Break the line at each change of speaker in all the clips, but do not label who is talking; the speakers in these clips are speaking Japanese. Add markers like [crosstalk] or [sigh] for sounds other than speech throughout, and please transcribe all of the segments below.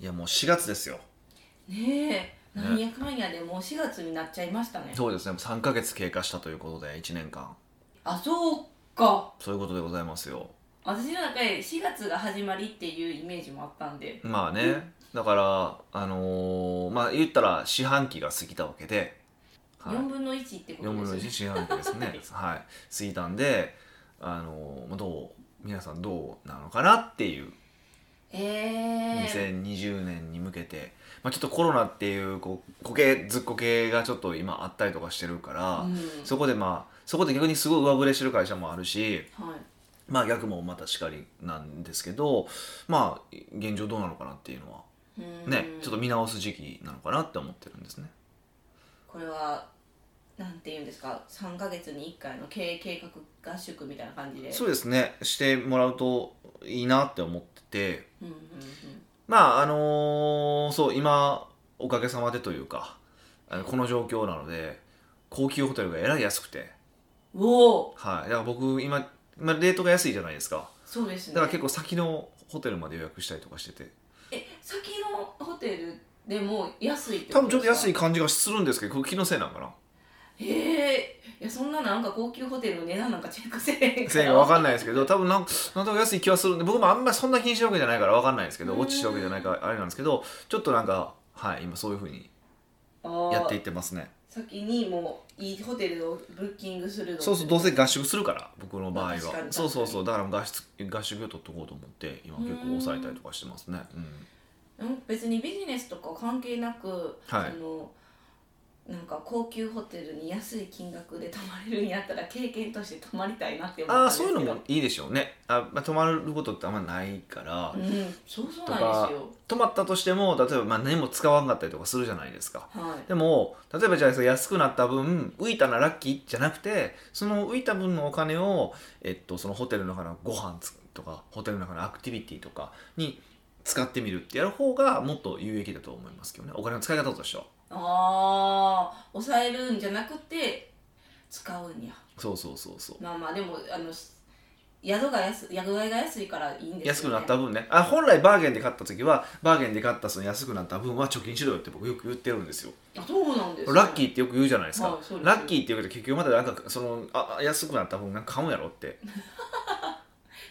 いやもう4月ですよ
ねえなんやかんやでもう4月になっちゃいましたね
そうですね3ヶ月経過したということで1年間
あそうか
そういうことでございますよ
私の中で4月が始まりっていうイメージもあったんで
まあねだからあのーまあ言ったら四半期が過ぎたわけで、はい、
4分の1ってこ
4
と
分の
ですよ
1
ね
四半期 [laughs] ですねはい過ぎたんであのーまあどう皆さんどうなのかなっていう
えー、
2020年に向けて、まあ、ちょっとコロナっていうこう苔ずっこ系がちょっと今あったりとかしてるから、
うん
そこでまあそこで逆にすごい上振れしてる会社もあるし
はい
まあ逆もまたしかりなんですけどまあ現状どうなのかなっていうのは
うーん
ね、ちょっと見直す時期なのかなって思ってるんですね。
これはなんていうんですか3ヶ月に1回の経営計画合宿みたいな感じで
そううですねしてもらうといいなって思ってて
んうんうん
まああのーそう今おかげさまでというかあのこの状況なので高級ホテルがえらい安くて。
うおー
はい、だから僕今、今レートが安いじゃないですか
そうです
だ
ね
から結構先のホテルまで予約したりとかしてて
え先のホテルでも安いって
多
こ
分
と
ちょ
で
っ
す
と
か
安い感じがするんですけどこれ気のせいなんかな
へえいやそんななんか高級ホテルの値段なんかチェックせえへんから
せいが分かんないですけど多分なんなんとなく安い気はするんで僕もあんまりそんな気にしてるわけじゃないから分かんないですけど
うん
落ちてるわけじゃないからあれなんですけどちょっとなんかはい今そういうふうに
ああ
やっていってますね
先にもういいホテルをブッキングするの
そうそうどうせ合宿するから僕の場合
まあ
は
確かに確かに
そうそうそうだからもう合宿合宿を取っとこうと思って今結構抑えたりとかしてますねうん
うん別にビジネスとか関係なく、
はい
そのなんか高級ホテルに安い金額で泊まれるんやったら経験として泊まりたいなって思ったん
ああ
ですけ
そうい
ど
うのもいいでしょうねあ、まあ、泊まることってあんまないから、
うんそうそうなんですよ
泊まったとしても例えばまあ何も使わんかったりとかするじゃないですか
はい
でも例えばじゃあその安くなった分浮いたなラッキーじゃなくてその浮いた分のお金を、えっと、そのホテルの中のご飯つとかホテルの中のアクティビティとかに使ってみるってやる方がもっと有益だと思いますけどねお金の使い方としては
ああ抑えるんじゃなくて使うんや
そうそうそうそう
まあまあでもあの宿が安宿代が安いからいいんです
安
よ、
く
ね、
なった分ねあ本来バーゲンで買った時はバーゲンで買ったその安くなった分は貯金しろよって僕よく言ってるんですよ
あそうなんですね、
ラッキーってよく言うじゃないですか、
はいそうです
ラッキーって言うけど結局またなんかそのああ安くなった分なんか買うんやろって、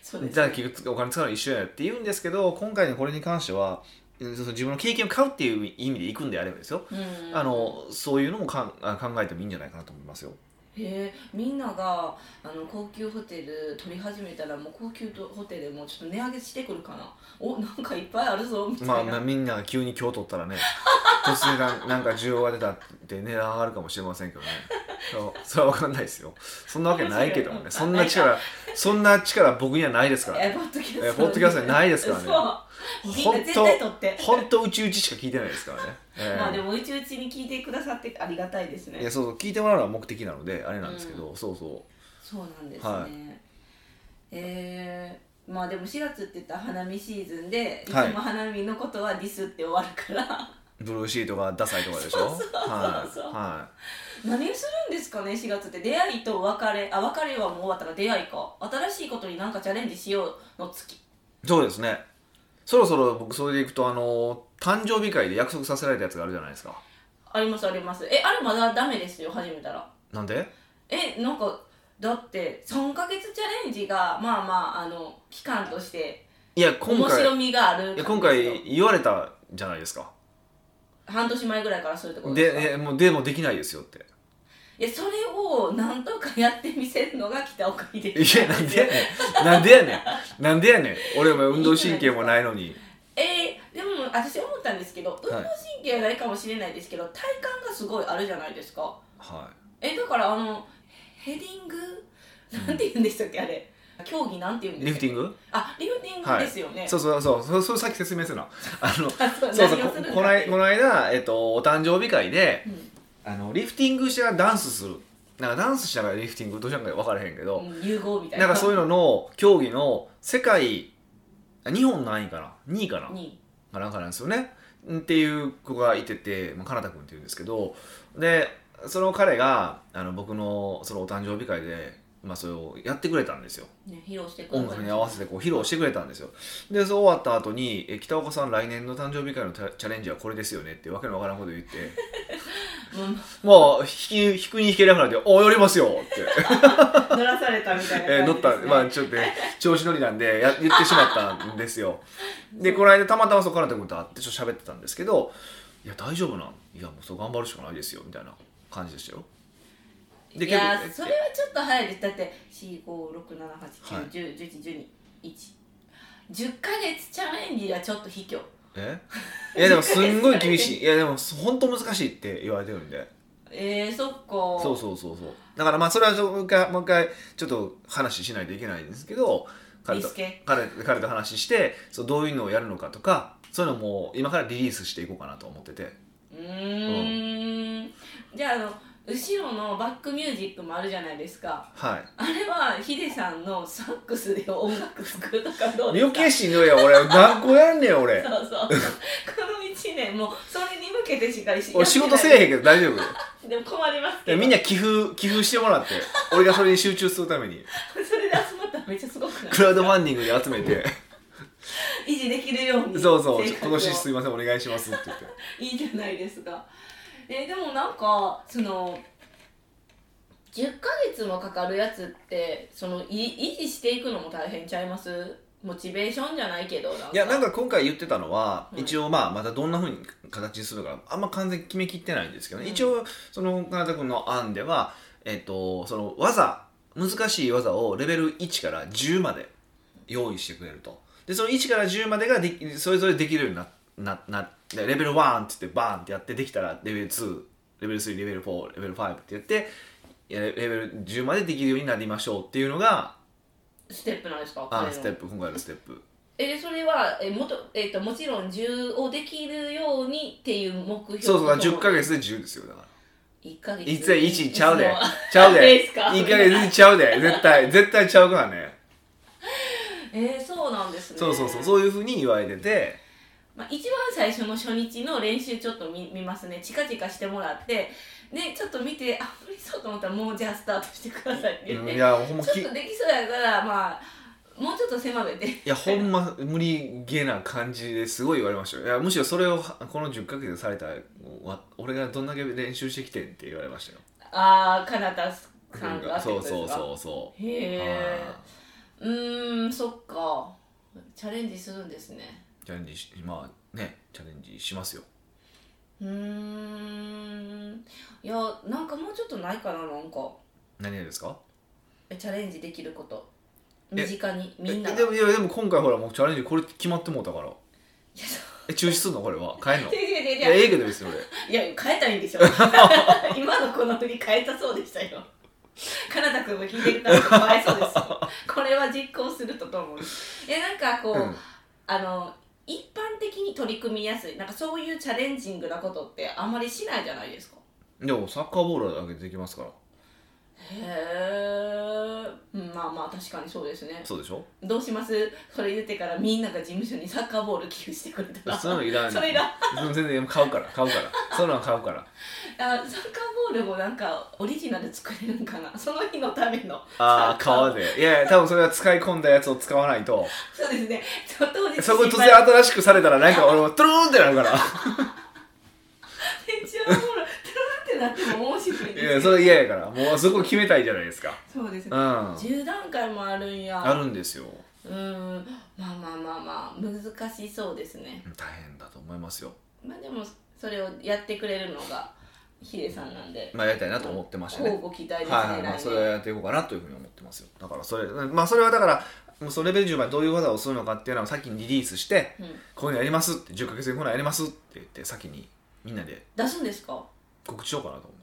そうです
じゃあ
ね、
結局お金使うの一緒やって言うんですけど今回のこれに関してはうんその自分の経験を買うっていう意味でいくんであればですよ、
うん
あのそういうのもかんあ考えてもいいんじゃないかなと思いますよ
へえみんながあの高級ホテル取り始めたらもう高級ホテルもちょっと値上げしてくるかなおなんかいっぱいあるぞみたいな、
まあ、まあみんなが急に今日取ったらね [laughs] 突然なんなんか需要が出たって値段上がるかもしれませんけどねそうそれは分かんないですよそんなわけないけどもねそんな力そんな力僕にはないですから
えポッドキャスト
えポッドキャストにないですからね
そうみん
ほ
なん
と
絶対取って
ほんとうちうちしか聞いてないですからね、えー
[laughs] まあでもうちうちに聞いてくださってありがたいです
い
ね
やそうそう聞いてもらうのは目的なのであれなんですけど、そうそ
そうなんですね、
はい
えーまあでも4月って言ったら花見シーズンでいつも
はい
花見のことはディスって終わるから、
うブルーシートがダサいとかでしょ
[laughs] そうそうそうそう
は
何をするんですかね4月って出会いと別れあ別れはもう終わったら出会いか新しいことになんかチャレンジしようの月
い、そうですねそろそろ僕それでいくとあの誕生日会で約束させられたやつがあるじゃないですか
ありますありますえあれまだダメですよ始めたら
なんで
えなんかだって3ヶ月チャレンジがまあまああの期間として
いや今
面
回
白みがある
いや今回言われたじゃないですか
半年前ぐらいからそういうところですか
でえもうでもできないですよって
いやそれをなんとかやってみせるのが北岡秀樹
いやなんでやねんなんでやねんなんでやねん俺も運動神経もないのに
えー、でも私思ったんですけど運動
はい
神経はないかもしれないですけど、体感がすごいあるじゃないですか
は
えだからあのヘディングなんて言うんでしたっけあれ競技なんて言うん
い
で
リ
す
フティン
か
グ
あリフティングですよね、
そうそうそうそうそうさっき説明するなあの
あそう
そうそう
何を
こ
するんだ
こないこの間、えっと、お誕生日会で
うん
あのリフティングしながらダンスするなんかダンスしながらリフティングどうしたんか分からへんけど、
うん融合みたい
な
なん
かそう
い
いうのの競技の世界あ日本何位かな2位かな
に
かなんかなんですよねんっていう子がいてて、まあ、かなたくんっていうんですけどでその彼があの僕のそのお誕生日会で、まあ、それをやってくれたんですよ
ね、披露してください
音楽に合わせてこう披露してくれたんですよでそう終わった後にえ「北岡さん来年の誕生日会のチャチャレンジはこれですよね」ってわけのわからんこと言って
うん
まあ引き引くに引けなくなって「おやりますよ」
[laughs]
って、
乗らされたみたいな
えー乗
感
っ
じ
た、まあ
です
ちょっ
ね
とね調子乗りなんでや言ってしまったんです
[laughs]
よでこの間たまたまそこからと君と会ってちょっと喋ってたんですけど「いや大丈夫なんいやもうそう頑張るしかないですよ」みたいな感じでしたよで
いや
結構
それはちょっと早いですだって4 5 6 7 8 9 1 0 1 1 1 2 1 0ヶ月チャレンジはちょっと卑怯
えいやでもすんごい厳しいいやでも本当難しいって言われてるんで
えー、そっか
そうそうそうそうだからまあそれはちょもう一回もう一回ちょっと話しないといけないんですけど彼と
リスケ
彼彼と話してそうどういうのをやるのかとかそういうのも今からリリースしていこうかなと思ってて
うーんじゃああの後ろのバックミュージックもあるじゃないですか
はい
あれはヒデさんのサックスで音楽作るとかどうです
余
か
計しんどいよ俺学校やんねん俺
そうそうこの1年もうそれに向けてしか
俺仕事せえへんけど大丈夫
んでも困ります
い
け
や
ど
みんな寄付寄付してもらって俺がそれに集中するために
それで集まったらめっちゃすごくない
クラウドファンディングで集めて
維持できるように
そうそう
生活
今
を
年すいませんお願いしますって言って
いいじゃないですかえーでもなんかその10ヶ月もかかるやつってそのい維持していくのも大変ちゃいますモチベーションじゃないけどなんか
いやなんか今回言ってたのは、
うん
一応まあまたどんなふうに形にするのかあんま完全に決めきってないんですけどね、
うん
一応その金田君の案ではえっ、とその技難しい技をレベル1から10まで用意してくれるとでその1から10までができそれぞれできるようになななってレベル1って言ってバーンってやってできたらレベル2レベル3レベル4レベル5ってやっていやレベル10までできるようになりましょうっていうのが
ステップなんですか
あ
これの
ステップ今回のステップ
えーそれは、えーもとえー、ともちろん10をできるようにっていう目標
そうそう10ヶ月で10ですよだから。
1ヶ月
一対一ちゃうで
そ。
ちゃう
いい
で。
ですか
一回全然ちゃうで。絶対、絶対ちゃうからね。
えーそうなんですね
そうそうそう、そういうふうに言われてて、
まあ、一番最初の初日の練習ちょっと見見ますねチカチカしてもらってでちょっと見てあ無理そうと思ったらもうじゃあスタートしてくださいって言っ
うん
て、
いや、ほんまき、
ちょっ
い
とできそうやからまあもうちょっと狭めて
や、ほんま無理げな感じですごい言われましたよ。いや、むしろそれをこの10ヶ月でされたわ俺がどんだけ練習してきてんって言われましたよ。
ああかなたさんがって
そ
こ
う
とですか
そうそうそ
へ
う。
え
は
うーんそっかチャレンジするんですね
いチャレンジし、まあね、チャレンジしますよ。
うーんいやなんかもうちょっとないかななんか
何がですか
えチャレンジできること
え
身近にみんな
え
が
でも、いや、でも今回ほら、もうチャレンジこれ決まってもうたから。
いやそ
え、中止すんのこれは。変えんの
う違う違う違う
いや、ええけど別に俺。
いや変えたらいい
[laughs]
んでしょ [laughs] 今のこの振り変えたそうでしたよかなたくんも聞いてくれたらかわいそうですよこれは実行するとともにいやなんかこう、
うん
あの一般的に取り組みやすいなんかそういうチャレンジングなことってあんまりしないじゃないですか
でもサッカーボールだけできますから
へえまあまあ確かにそうですね
そうでしょ
どうしますそれ言ってからみんなが事務所にサッカーボール寄付してくれたら
そういうのいらん
それいらん
全然買うから買うからそういうのは買うから
あサッカーボールもなんかオリジナル作れるんかなその日のための
ああ革でいやいや多分それは使い込んだやつを使わないと
そうですね。ちょっと当日
そこ突
失
然
敗
新しくされたらなんか俺もトゥルーンってなる
[laughs]
から
めっちゃおもろい。トゥルンってなっても面白い
いや
です
それ嫌やからもうそこ決めたいじゃないですか
そうです
う
ね。
ん
10段階もあるんや。
あるんですよ
うーん。まあまあまあまあ、難しそうですね。
大変だと思いますよ
まあでも、それをやってくれるのが、ヒデさんなんで。
まあやりたいなと思ってましたね
乞うご期待ですね、
はいはいまあ、
来年
それはやっていこうかなというふうに思ってますよだからそれ,、まあ、それはだからもうそのレベル10までどういう技をするのかっていうのを先にリリースして、
うん
こういうのやりますって10ヶ月でこういうのやりますって言って先にみんなで
出すんですか
告知しようかなと思って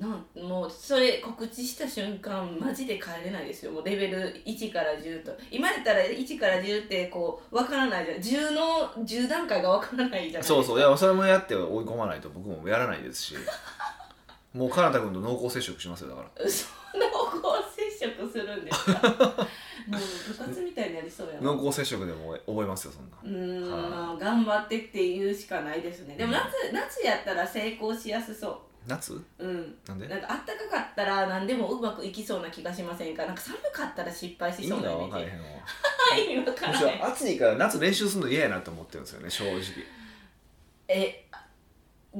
なんもうそれ告知した瞬間マジで帰れないですよもうレベル1から10と今やったら1から10ってこう分からないじゃん10の10段階が分からないじゃないですか
そうそういやそれもやって追い込まないと僕もやらないです
[laughs]
しもうかなた君と濃厚接触しますよだから
その濃厚接触するんですかもう部活みたいになりそうやなう
濃厚接触でも覚えますよそんな
ーん
はい
まあ頑張ってって言うしかないですねでも夏夏やったら成功しやすそう
夏
うん
なんで
なんかあったかかったら何でもうまくいきそうな気がしませんかなんか寒かったら失敗し
意
そう
味
な
が
イメ
分か
ー
ら
ジ
へんわむ
[laughs] はい意味わから
し
な
ろ
い
暑いから夏練習するの嫌やなと思ってるんですよね正
[laughs]
直
え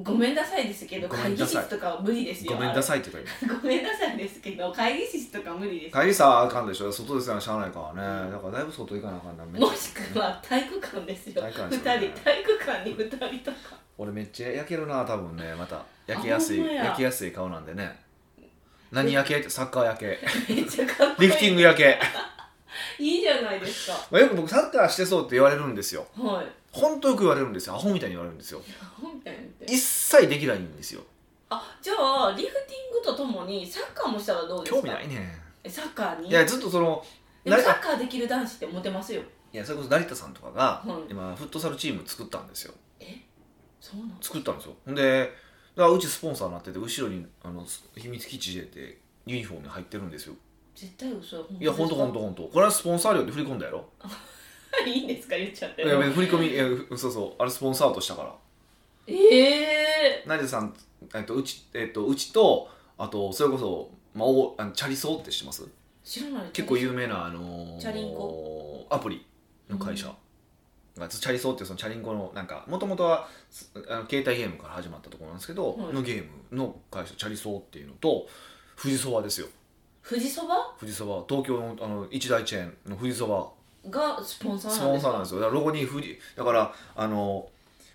ごめんなさいですけど
ごめ
会
ん
議
なさい
室とかは無理ですよ
ごめんなさいって
[laughs]
言った
あれごめんなさいですけど会議室とか無理です
今帰りさあかんでしょ外ですらしゃあないから
う
ね
ん
だからだいぶ外行かなあかんなめっちゃ
もしくは体育館ですよ
体
二
育館
人
ですよね
体育館に二人と
[laughs]
か
俺めっちゃ焼けるな多分ねまた焼けやすい
あほんまや
焼けやすい顔なんでね何焼けってサッカー焼け
めっちゃかっこ
リ
いい
フティング焼け、
いいじゃないですか
まあ、よく僕サッカーしてそうって言われるんですよ
はい
ほんとよく言われるんですよアホみたいに言われるんですよ
アホみたいに言って
一切できないんですよ
あじゃあリフティングとともにサッカーもしたらどうですか
興味ないね
えサッカーに
いやずっとその
でも
成
サ
田
ッカーできる男子ってモテますよ
いやそれこそ成田さんとかが
はい
今フットサルチーム作ったんですよ
そうなの
作ったんですよほんでだからうちスポンサーになってて後ろにあのす秘密基地でてユニフォームに入ってるんですよ
絶対嘘よ
いやほんとほんとほんとこれはスポンサー料で振り込んだやろ
当 [laughs] いいんですか言っちゃって
いや振り込みいやふそうそうあれスポンサーとしたから
ええ
成田さん、えっと、うち、えっと、うちとあとそれこそ、まあお、あのチャリソーって知ってます
知らない
結構有名な、あのー
チャリン
アプリの会社が、チャリソーっていうそのチャリンコのなんかもともとはすあの携帯ゲームから始まったところなんですけど、
はい
のゲームの会社チャリソーっていうのと富士そばですよ
富士そば
富士そば東京のあの一大チェーンの富士そば
がスポンサー
ス
な
ポ
んで
ン
す
サーなん
か
ですよだからロゴに富士だからあの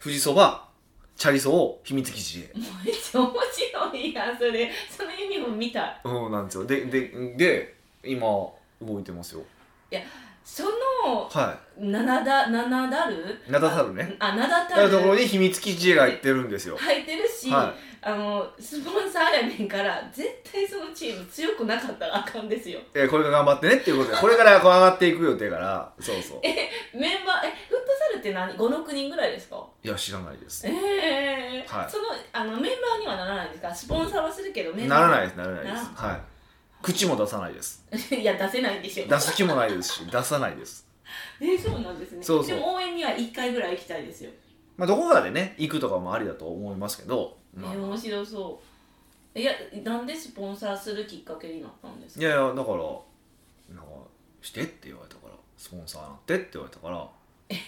富士そばチャリソー秘密基地へ
めっちゃ面白いやんそれそのユニフォーム見たい
うんなんですよででで今動いてますよ
その
は
七だ七だる
い名だたるね
あ七
だか
だ
らところ
る
に秘密基地へが行ってるんですよ
入ってるし、
は
あのスポンサーやねんから絶対そのチーム強くなかったらあかんですよ
えーこれから頑張ってねっていうことでこれからこう上がっていく予定からそうそう
メンバーえフットサルって何56人ぐらいですか
いや知らないです
ええ
はい
そのあのメンバーにはならないんですかスポンサーはするけどメンバ
な
ー
らないですならないです
な
はい口も出さないです
[laughs] いや出せないんでしょ
出す気もないですし出さないです
えそうなんですね
そうそう
でも応援には1回ぐらい行きたいですよ
まあどこかでね行くとかもありだと思いますけど、
え
まあ
面白そういやなんでスポンサーするきっかけになったんです
い
か
やいやだからなんかしてって言われたからスポンサーなってって言われたから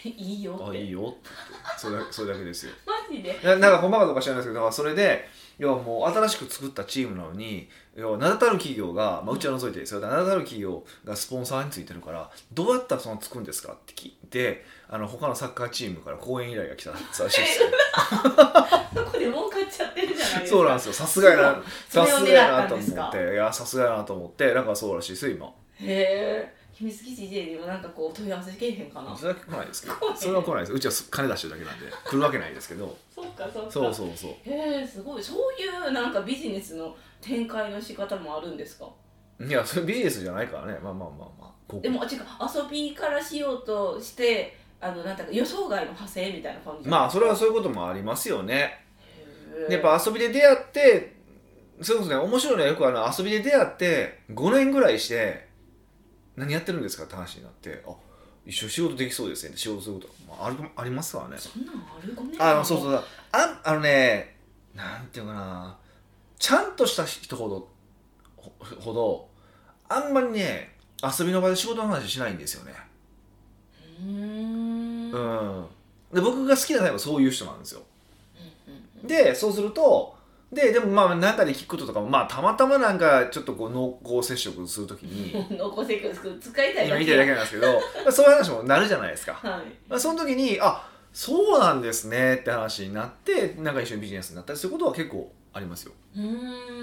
いいよっ
あ
て
いいよって言ってそれ
[laughs]
だけそれだけですよ
マジで [laughs]
ななんか細かとか知らないですけどだからそれで要はもう新しく作ったチームなのに要は名だたる企業が、まあ、うちは除いてですよ名だたる企業がスポンサーについてるからどうやったらそのつくんですかって聞いてあの他のサッカーチームから講演依頼が来たらしいです
[laughs]
よ
そこで儲かっちゃってるじゃないですか
そうなんですよさすがやなさ
それを
すがや
狙っ
なと
たんで
思
すか
っていやさすがやなと思ってなんかそうらしいですよ今
へえ秘密基地でにもなんかこう問い合わせけえへんかな
それは来ないですけど
来ない
それは来ないですうちはす金出してるだけなんで来るわけないですけど
そうか [laughs] そうか
そうそうそう
へえすごいそういうなんかビジネスの展開の仕方もあるんですか
いやそれビジネスじゃないからねまあまあまあまあこ
でも違う遊びからしようとしてあのなんていうか予想外の派生みたいな感じ
まあそれは
へ
そういうこともありますよね
え
やっぱ遊びで出会ってそうですね面白いのはよくあの遊びで出会って5年ぐらいして何やってるんですかって話になってあ一緒に仕事できそうですねって仕事すること、まあ、あるありますわね
そんなんあるごめん
あのそうそううそうああのねなんていうかなちゃんとした人ほどほほどあんまりね遊びの場で仕事の話しないんですよね
ーんうん
う
うん
んで僕が好きなタイプはそういう人なんですよ
うん
でそうするとででもまあ中で聞くこととかもまあたまたまなんかちょっとこう濃厚接触するとき
[laughs]
に
残せく使いたい
今
だ
見
け
てるだけなんですけどまあそういう話もなるじゃないですか、
はい
まあ、その時にあそうなんですねって話になってなんか一緒にビジネスになったりすることは結構ありますよ
うー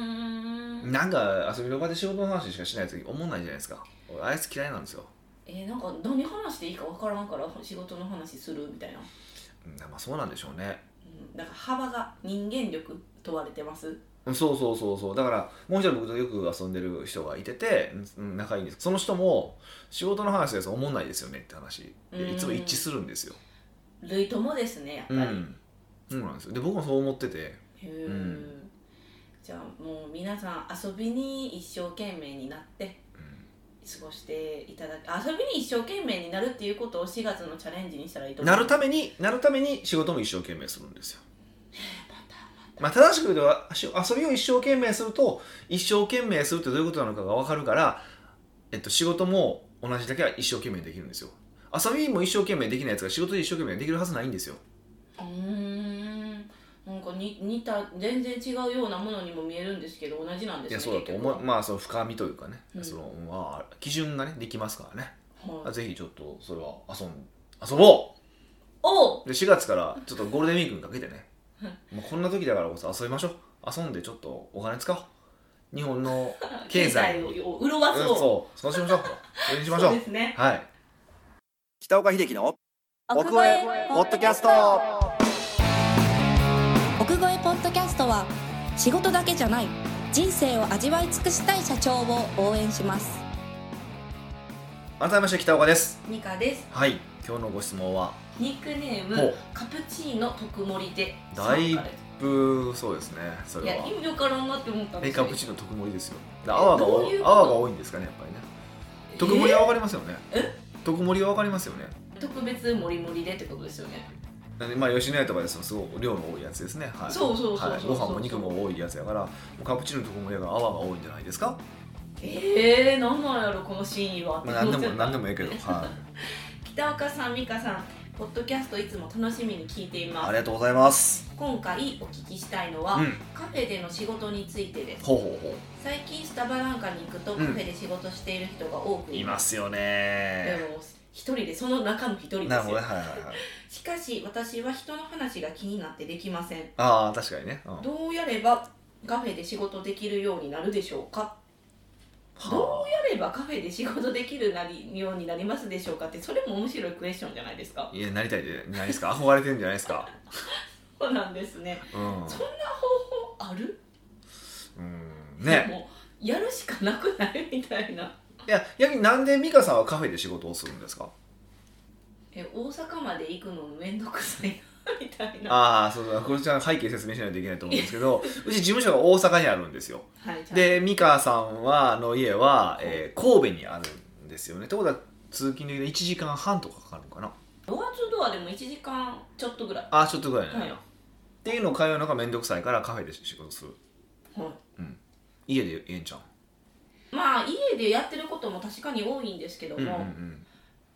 ん
なんか遊びの場で仕事の話しかしないとき思んないじゃないですか俺あいつ嫌いなんですよ、
えー、なんか何話していいかわからんから仕事の話するみたいな、
うん、まあそうなんでしょうね
うん、だから幅が人間力問われてます
そうそうそうそうだからもう一人僕とよく遊んでる人がいててうん仲いいんですその人も仕事の話ですおもんないですよねって話
うん
でいつも一致するんですよ
類ともですねやっぱ
う
り、
んそうなんですよで僕もそう思ってて
へえ、
うん
じゃあもう皆さん遊びに一生懸命になって過ごしていただく遊びに一生懸命になるっていうことを4月のチャレンジにしたらいいと
うん
思う
なるためになるために仕事も一生懸命するんですよ
また
ま
ま
あ、正しく言うとし遊びを一生懸命すると一生懸命するってどういうことなのかが分かるから、えっと、仕事も同じだけは一生懸命できるんですよ遊びも一生懸命できないやつが仕事で一生懸命できるはずないんですよ
うーんなんかに似た全然違うようなものにも見えるんですけど同じなんです
い
ね
やそうだと
結
思
局
うまあその深みというかね、
うん
そのまあ基準がねできますからね、
はい
ぜひちょっとそれは遊ん遊ぼ
おう
うで4月からちょっとゴールデンウィークにかけてねもうこんな時だからこそ遊びましょう遊んでちょっとお金使おう日本の経済
経を潤わ
うん
そう
そうそうしましょうそれにしましょ
そう
う
ですね
はい
北岡秀樹の奥越えポッドキャスト
奥越えポッドキャストは仕事だけじゃない人生を味わい尽くしたい社長を応援します
改めまして北岡です
ニカです
はい今日のご質問は
ニックネー
も
ム
う
カプチーノ特盛りで
だいぶ
さんからです
ブーそうですねそ
い
れ
や
は
意味わからんなって思ったん
メ
です
カ
よ
プチの特盛りですよだから泡が多
どういうこと
泡が多いんですかねやっぱりね特盛りはわかりますよね
え
特盛りはわかりますよね
特別モリモリでってことですよね
なんでまあ吉野家とかですとすごく量の多いやつですねはい
そうそうそうそう
はいご飯も肉も多いやつやからもうカプチーノの特盛りだから泡が多いんじゃないですか
えー、なんなんやろこのシーンは
まあ何で
どう
も
せ
何でもええけどはい
北岡さん美香さんポッドキャストいつも楽しみに聞いてい
あ
ま
り
す
がとうございます
今回お聞きしたいの
う
は、
ん
カフェでの仕事についてです
ほうほうほ
最近スタバなんかに行くと
ん
カフェで仕事している人が多く
う
い
い
ま、
ますすよ
で
ね
も一人でその中の一人です
なるほど
よ
ねはいはいはい
しかし私は人の話が気になってできません
ああ確かにね、うん
どうやればカフェで仕事できるようになるでしょうかど
は
うやればカフェで仕事できるなりようになりますでしょうかってそれも面白いクエスチョンじゃないですか
あいやなりたいでないですか憧れてるんじゃないですか
そうなんですね
うん
[laughs] そんな方法ある
うんね
もうやるしかなくないみたいない
や逆になんで美香さんはカフェで仕事をするんですか
え大阪まで行くのめんどくさいな [laughs] みたいな
ああそうだこれちゃん背景説明しないといけないと思うんですけ
[laughs]
どうち事務所が大阪にあるんですよ
はいじゃあ
で美香さんはの家は、えー神戸にあるんですよねってことは通勤で1時間半とかかかるのかな
ドアツードアでも1時間ちょっとぐらい
ああちょっとぐらいな
は
の
い
よ、っていうのを通うのが面倒くさいからカフェで仕事する
はい
家でええんちゃう
まあ家でやってることも確かに多いんですけど
うんうん
も、
うん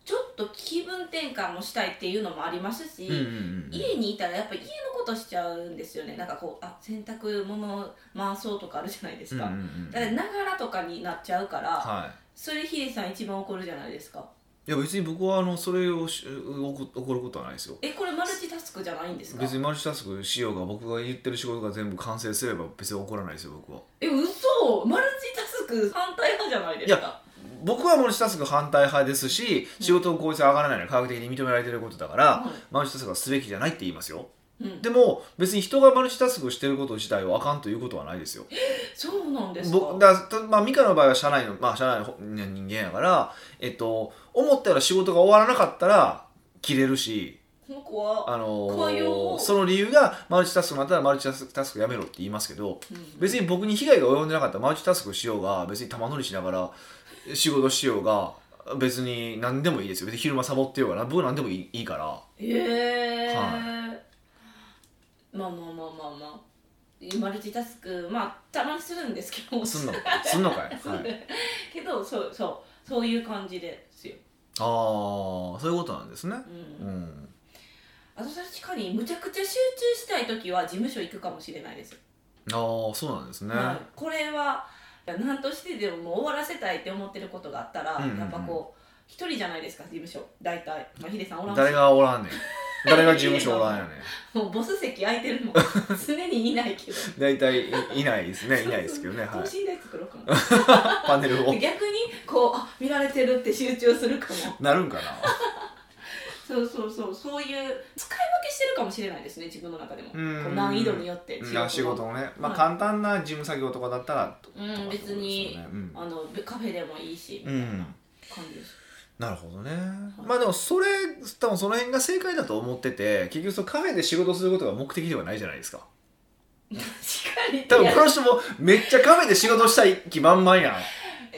ちょっと気分転換もしたいっていうのもありますし、
うんうんうんうん
家にいたらやっぱ家のことしちゃうんですよねなんかこうあ洗濯物を回そうとかあるじゃないですか、
うんうんうん
だからながらとかになっちゃうから、
はい
それヒデさん一番怒るじゃないですか
いや別に僕はあのそれをし怒怒ることはないですよ
えこれマルチタスクじゃないんですか
別にマルチタスクしようが僕が言ってる仕事が全部完成すれば別に怒らないですよ僕は
え嘘マルチタスク反対派じゃないですか
僕はマルチタスク反対派ですし仕事を効率が上がらないのは科学的に認められていることだから、
は
マルチタスクはすべきじゃないって言いますよ
いうん、
でも別に人がマルチタスクをしてること自体をあかんということはないですよ
そうなんですか
僕だたまあ、ミカの場合は社内の、まあ、社内のほね人間やから、えっと、思ったより仕事が終わらなかったら切れるし
この子は、
あの
怖いよ
ーその理由がマルチタスクになったらマルチタスクやめろって言いますけど
うん
別に僕に被害が及んでなかったらマルチタスクしようが別に玉乗りしながら仕事しようが別に何でもいいですよ別に昼間サボってようがな僕何でもいいいいから
へえー
は
まあまあまあまあまあマルチタスクまあたまにするんですけど [laughs]
すんのすんのかい、はい、
けどそうそうそういう感じですよ、
ああそういうことなんですね
う、
うんん
あと確かにむちゃくちゃ集中したい時は事務所行くかもしれないです、
ああそうなんですね、
はい、これは何としてでももう終わらせたいって思ってることがあったら、
うんうんうん
やっぱこう一人じゃないですか事務所大体、まあ、ヒデさんおらんし
誰がお
[laughs]
らんねん誰が事務所おらんよね
もうボス席空いてるの
[laughs]
常にいないけど
大体いいないですねいないですけどね、は
等
い、
身大作ろうかな
パネ
[laughs]
ルを
で逆にこうあ見られてるって集中するかも
なるんかな
そうそうそうそういう使い分けしてるかもしれないですね自分の中でもこ
うん
う難易度によって
うんあ仕事
は
もね、まあ、
はい
簡単な事務作業とかだったらと
うん
とかってことですよねうん
あのカフェでもいいし
う
みたいなん感じです、
なるほどね、まあでもそれ多分その辺が正解だと思ってて結局そのカフェで仕事することが目的ではないじゃないですか
確かに
多
い
分
や [laughs]
この人もめっちゃカフェで仕事したい気満々やん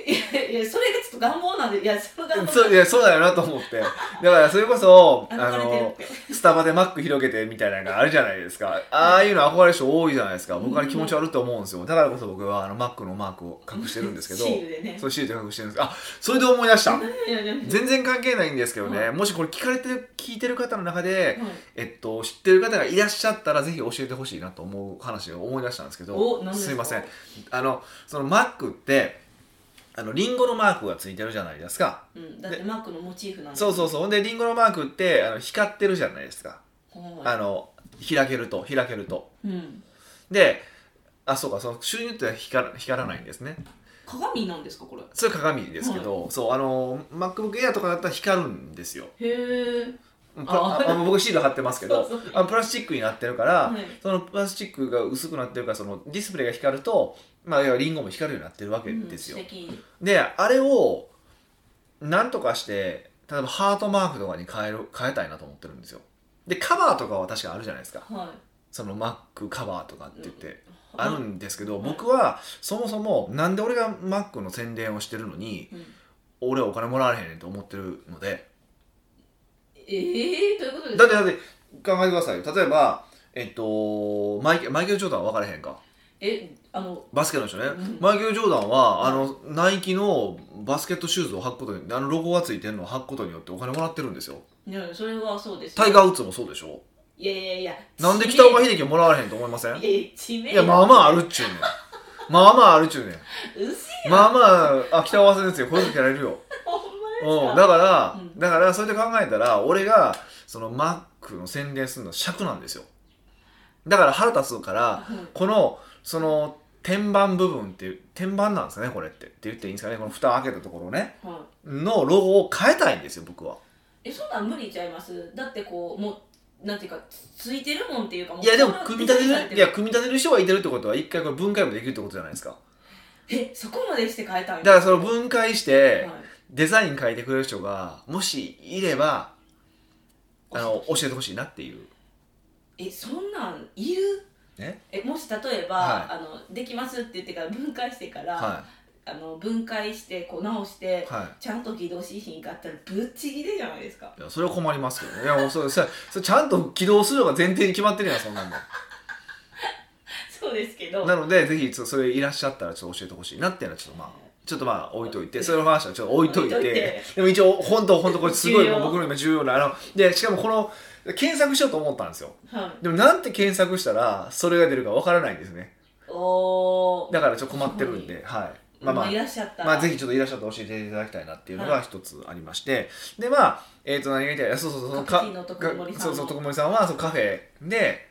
いやいやそれがちょっと願望なんでいやその願望
そういやそうだよなと思ってだからそれこ
[laughs]
そあ
憧れてるっ
の
て
スタバでマック広げてみたいなのがあるじゃないですかああいうの憧れる人多いじゃないですか僕は気持ち悪いと思うんですよだからこそ僕はあのマックのマークを隠してるんですけ
[laughs]
ど
シールでね
そうシールで隠してるんですあそれで思い出した
いやいやいや
全然関係ないんですけどね、
は
もしこれ聞かれてる聞いてる方の中で、
はい
えっと、知ってる方がいらっしゃったらぜひ教えてほしいなと思う話を思い出したんですけ
お
ど
何ですか
いませんあのそのマックってあのリンゴのマークがついてるじゃないですか、
うん、だってマックのモチーフなんで
そうそうそうほんでリンゴのマークってあの光ってるじゃないですか、
はい
あの開けると開けると
うん、
であそうかその収入って光ら光らないんですね
鏡なんですかこれ
それ鏡ですけど、そうあの MacBookAir とかだったら光るんですよ
へえ
プラ
あ
ああ僕シール貼ってますけど
[laughs] そうそう
あのプラスチックになってるから、
はい
そのプラスチックが薄くなってるからそのディスプレイが光ると、まあ、要はリンゴも光るようになってるわけですよ、
うん素敵
であれをなんとかして例えばハートマークとかに変える変えたいなと思ってるんですよでカバーとかは確かあるじゃないですか
は
その Mac カバーとかって言って
い
あるんですけど
うん
僕はそもそもなんで俺が Mac の宣伝をしてるのに
うん
俺はお金もらわれへんねんと思ってるので
ええー、ということです
だ
か
ってだって考えてくださいよ例えばえっとマイケマイケル・ジョーダンは分からへんか
えあの
バスケの人ね、
うん
マイケル・ジョーダンはあのナイキのバスケットシューズを履くことにあのロゴがついてるのを履くことによってお金もらってるんですよ
いやそれはそうですよ
タイガー・ウッズもそうでしょ
いやいやいや
なんで北岡秀樹もらわれへんと思いませんい
え知名
やまあまああるっちゅうねんまあまああるっちゅうねん
うせえ
まあまああ北岡先生声かけられるよ
ほん
う
ま
ん、
です
だか
か
ら、
うん
だからそれで考えたら俺がそのマックの宣伝するのは尺なんですよだから腹立つから
うん
このその天板部分っていう天板なんですかねこれってって言っていいんですかねこの蓋開けたところね
はい
のロゴを変えたいんですよ僕は
えそんなん無理ちゃいますだってこうもうなんていうかつついてるもんっていうかう
いやでも
こんな
組み立
され
て
て
る
る
いや組み立てる人がいてるってことは一回これ分解もできるってことじゃないですか
えそこまでして変えたんや
だからその分解して
はい
デザイン変えてくれる人がもしいればあの教えてほしいなっていう
えそんなんいる
ね
えもし例えば、
はい
あのできますって言ってから分解してから、
は
あの分解してこう直して、
いはい
ちゃんと起動しひんかったらぶっちぎれじゃないですか [laughs]
いやそれは困りますけどねいやもうそれそれそれちゃんと起動するのが前提に決まってるやんそんなの
そうですけど
なのでぜひそそれいらっしゃったらちょっと教えてほしいなっていうのはちょっとまあちょっとまあ置いといてそれの話はちょっと置いといて
置いといて
でも一応本当本当これすごい
重要
もう僕の今重要なあのでしかもこの検索しようと思ったんですよ
はい、
でもなんて検索したらそれが出るかわからないんですね
おー
だからちょっと困ってるんではいまあまあ
いらっしゃったら
まあ、ぜひちょっといらっしゃって教えていただきたいなっていうのが一つありまして、でまあ、えー、と何が言いたいいやそうそうそうその
カプチーノ徳森さん
そうそう徳森さんはそのカフェで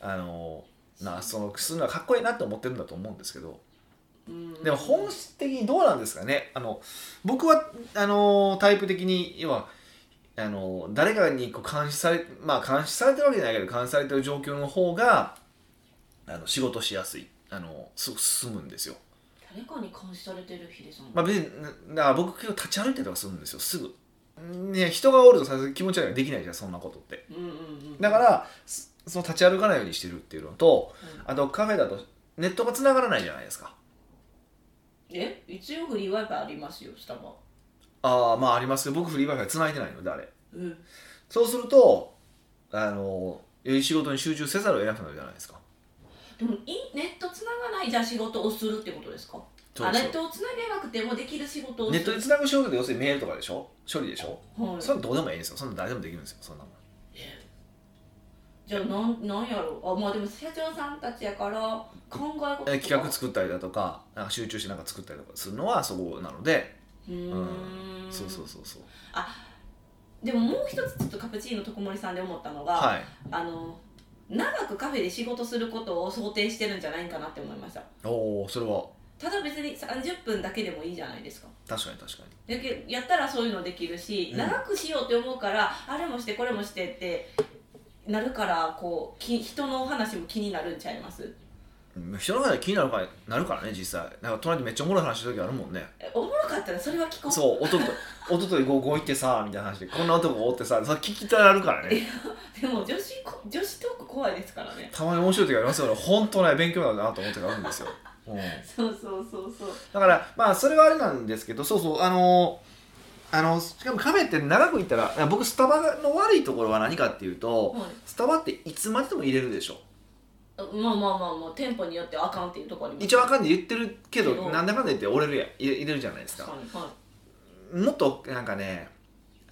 あのなそのするのはかっこいいなって思ってるんだと思うんですけど
うん
でも本質的にどうなんですかねあの僕はあのタイプ的に要はあの誰かにこう監視されまあ監視されてるわけじゃないけど監視されてる状況の方があの仕事しやすいあのす進むんですよ。
誰かに監視されてるヒデさん、
まあ、別になだから僕結構立ち歩いたりとかするんですよすぐ、ね、人がおるとさすがに気持ち悪いからできないじゃんそんなことって
うんうんうん
だからすその立ち歩かないようにしてるっていうのと
うん
あとカフェだとネットが繋がらないじゃないですか
え一応フリーワイパーありますよスタバ
ああまあありますけど僕フリー Wi-Fi 繋いでないのであれ
うん
そうするとあのより仕事に集中せざるを得なくなるじゃないですか
でもインネットつながないじゃあ仕事をするってことですか
そう
あ
で
ネ
す
ッ
よ
トをつなげなくてもできる仕事をす
ネ
る
ットで繋ぐ仕事って要するにメールとかでしょ処理でしょ
はい
そんなのどうでもいいんですよそんなの誰でもできるんですよそんなもん
じゃあなんなんやろうあまあでも社長さんたちやから考え事と
え
か
企画作ったりだとかなんか集中してなんか作ったりとかするのはそこなので
うーん
そうそうそうそう
でももう一つちょっとカプチーノ徳森さんで思ったのが、
はい
あの長くカフェで仕事することを想定してるんじゃないかなって思いました
おおそれは
ただ別に30分だけでもいいじゃないですか
確かに確かに
だけやったらそういうのできるし、
うん
長くしようって思うからあれもしてこれもしてってなるからこうき人のお話も気になるんちゃいます
うん人の中で気になるからなるからね実際なんか隣でめっちゃおもろい話した時あるもんね
えおもろかったらそれは聞こう
そう音と音と合コン行ってさみたいな話でこんな男おってさそれ聞きたなるからね
[laughs] でも女子こ女子トーク怖いですからね
たまに面白い時ありますよね本当ね勉強になるなと思ってあるんですよ [laughs] うん
そうそうそうそう
だからまあそれはあれなんですけどそうそうあのあのしかもカフェって長く行ったら僕スタバの悪いところは何かっていうと
はい
スタバっていつまででも入れるでしょ
あまあまあまあまあ店舗によってあかんっていうところあります
一応あかんで言ってるけど
うん
なんだかんだ言って折れるやん入れ入れるじゃないですか
確かにはい
もっとなんかね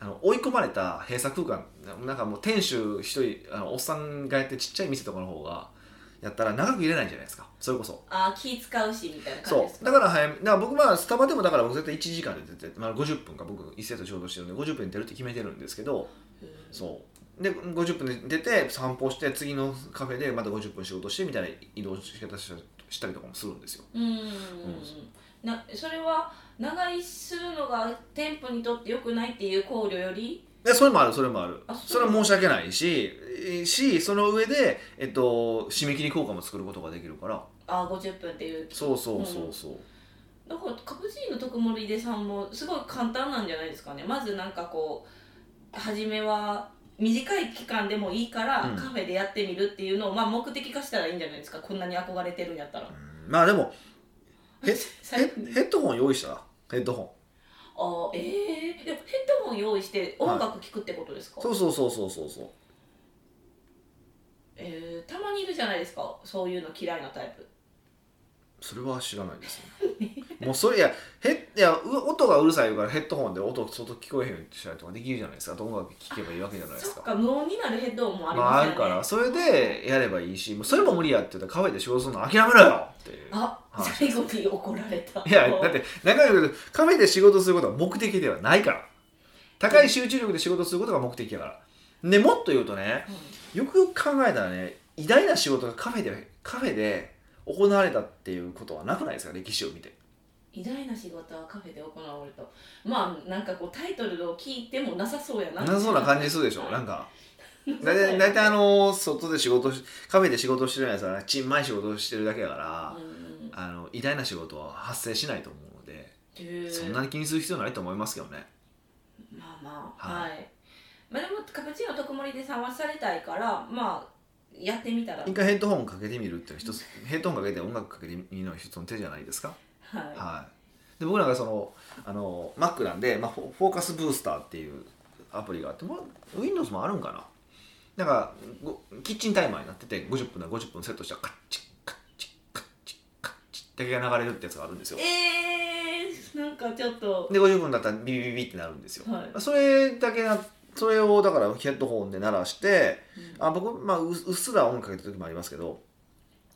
あの追い込まれた閉鎖空間なんかもう店主一人あのおっさんがやってちっちゃい店とかの方がやったら長く入れないじゃないですかそれこそ
あー気使うしみたいな感じ
そ
です
う
か
だから早めだから僕はスタバでもだから僕絶対1時間で絶対、まあ、50分か僕一セット仕事してるんで50分に出るって決めてるんですけど
うん
そうで50分で出て散歩して次のカフェでまた50分仕事してみたいな移動し方したりとかもするんですよ
うんうんうんなそれは長居するのが店舗にとって良くないっていう考慮より
でそれもあるそれもある
あ
そ
そ
れ
う
は申し訳ないしえーしその上で、えっと、締め切り効果も作ることができるから
あー50分っていう
そうそうそうそう、
だからカプチーノ特盛でさんもすごい簡単なんじゃないですかねまずなんかこう初めは短い期間でもいいから
うん
カフェでやってみるっていうのを、まあ目的化したらいいんじゃないですかこんなに憧れてるんやったら
うんまあでもえヘ
[laughs] 最
ッヘッドホン用意したらヘッドホン
あええー、でもヘッドホン用意して音楽聴くってことですか、
そうそうそうそうそうそう
えーたまにいるじゃないですかそういうの嫌いなタイプ
それは知らないですねもうそれいやヘッいやう音がうるさいからヘッドホンで音外聞こえへんようにしたりとかできるじゃないですかど音楽聴けばいいわけじゃないで
そ
す
っ
か
か無音になるヘッドホンもあり
まあ
ま
あ
すよ
る
ね、
からそれでやればいいしもうそれも無理やって言ったらカフェで仕事するの諦めろよっていう
あ
はい
最後に怒られた
いや、だって、中身でカフェで仕事することは目的ではないから。高い集中力で仕事することが目的だから。で、もっと言うとね、
うん
よくよく考えたらね、偉大な仕事がカフェで、カフェで行われたっていうことはなくないですか、歴史を見て。
偉大な仕事はカフェで行われたまあなんかこうタイトルを聞いてもなさそうやな
なさそうな感じするでしょ、なんか。だいたいだいたいあの、外で仕事し、カフェで仕事してるやつはね、ちんまい仕事してるだけだから
う、ん
あの、偉大な仕事は発生しないと思うので、
へー
そんなに気にする必要ないと思いますけどね。
まあまあ
は
はいい、まあでもカプチーノ特盛りで探されたいからまあやってみたらはい
一、回ヘッドホンかけてみるっていうのは一つヘッドホンかけて音楽かけてみるのは一つの手じゃないですか、はい、で僕なんかそのあの Mac なんで、まあ、フォフォーカスブースターっていうアプリがあって、まあ、Windows もあるんかななんかごキッチンタイマーになってて50分なら50分セットしたらカッチッカッチッカッチッカッチッだけが流れるってやつがあるんですよ
えー、なんかちょっと
で50分だったらビビビビってなるんですよ、
はい
それだけなそれをだからヘッドホンで鳴らして
うん
あ僕、まあ、ううっすら音楽かけた時もありますけど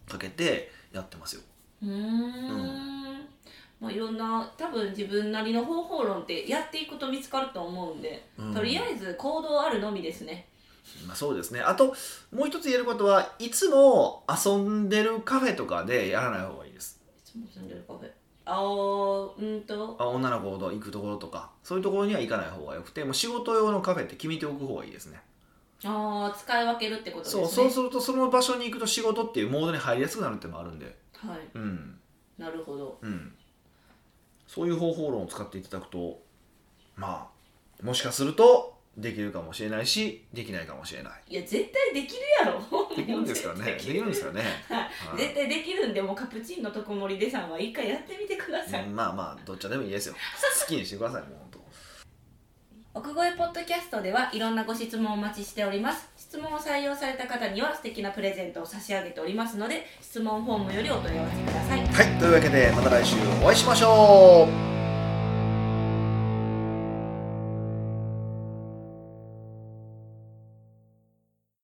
かけてやってますよ
うーんまあいろんな多分自分なりの方法論ってやっていくと見つかると思うんで、
うん
とりあえず行動あるのみですね
まあ、そうですねあともう一つ言えることはいつも遊んでるカフェとかでやらない方がいいです
いつも住んでるカフェあーうんと
あ女の子と行くところとかそういうところには行かない方がよくてもう仕事用のカフェって決めておく方がいいですね
ああ使い分けるってことです
そう
ね
そうするとその場所に行くと仕事っていうモードに入りやすくなるってのもあるんで
はい
うん
なるほど
うんそういう方法論を使っていただくとまあもしかするとできるかもしれないしできないかもしれない
いや絶対できるやろ
できるんですかね。で
絶
き
対
るん [laughs] ですかね。
はい [laughs] 絶対できるんでもうカプチーノ特盛りでさんは一回やってみてください、
うんまあまあどっちでもいいですよ。好きにしてくださいもう本
奥越えポッドキャストではいろんなご質問をお待ちしております質問を採用された方には素敵なプレゼントを差し上げておりますので質問フォームよりお問い合わせください
当。はいというわけでまた来週お会いしましょう。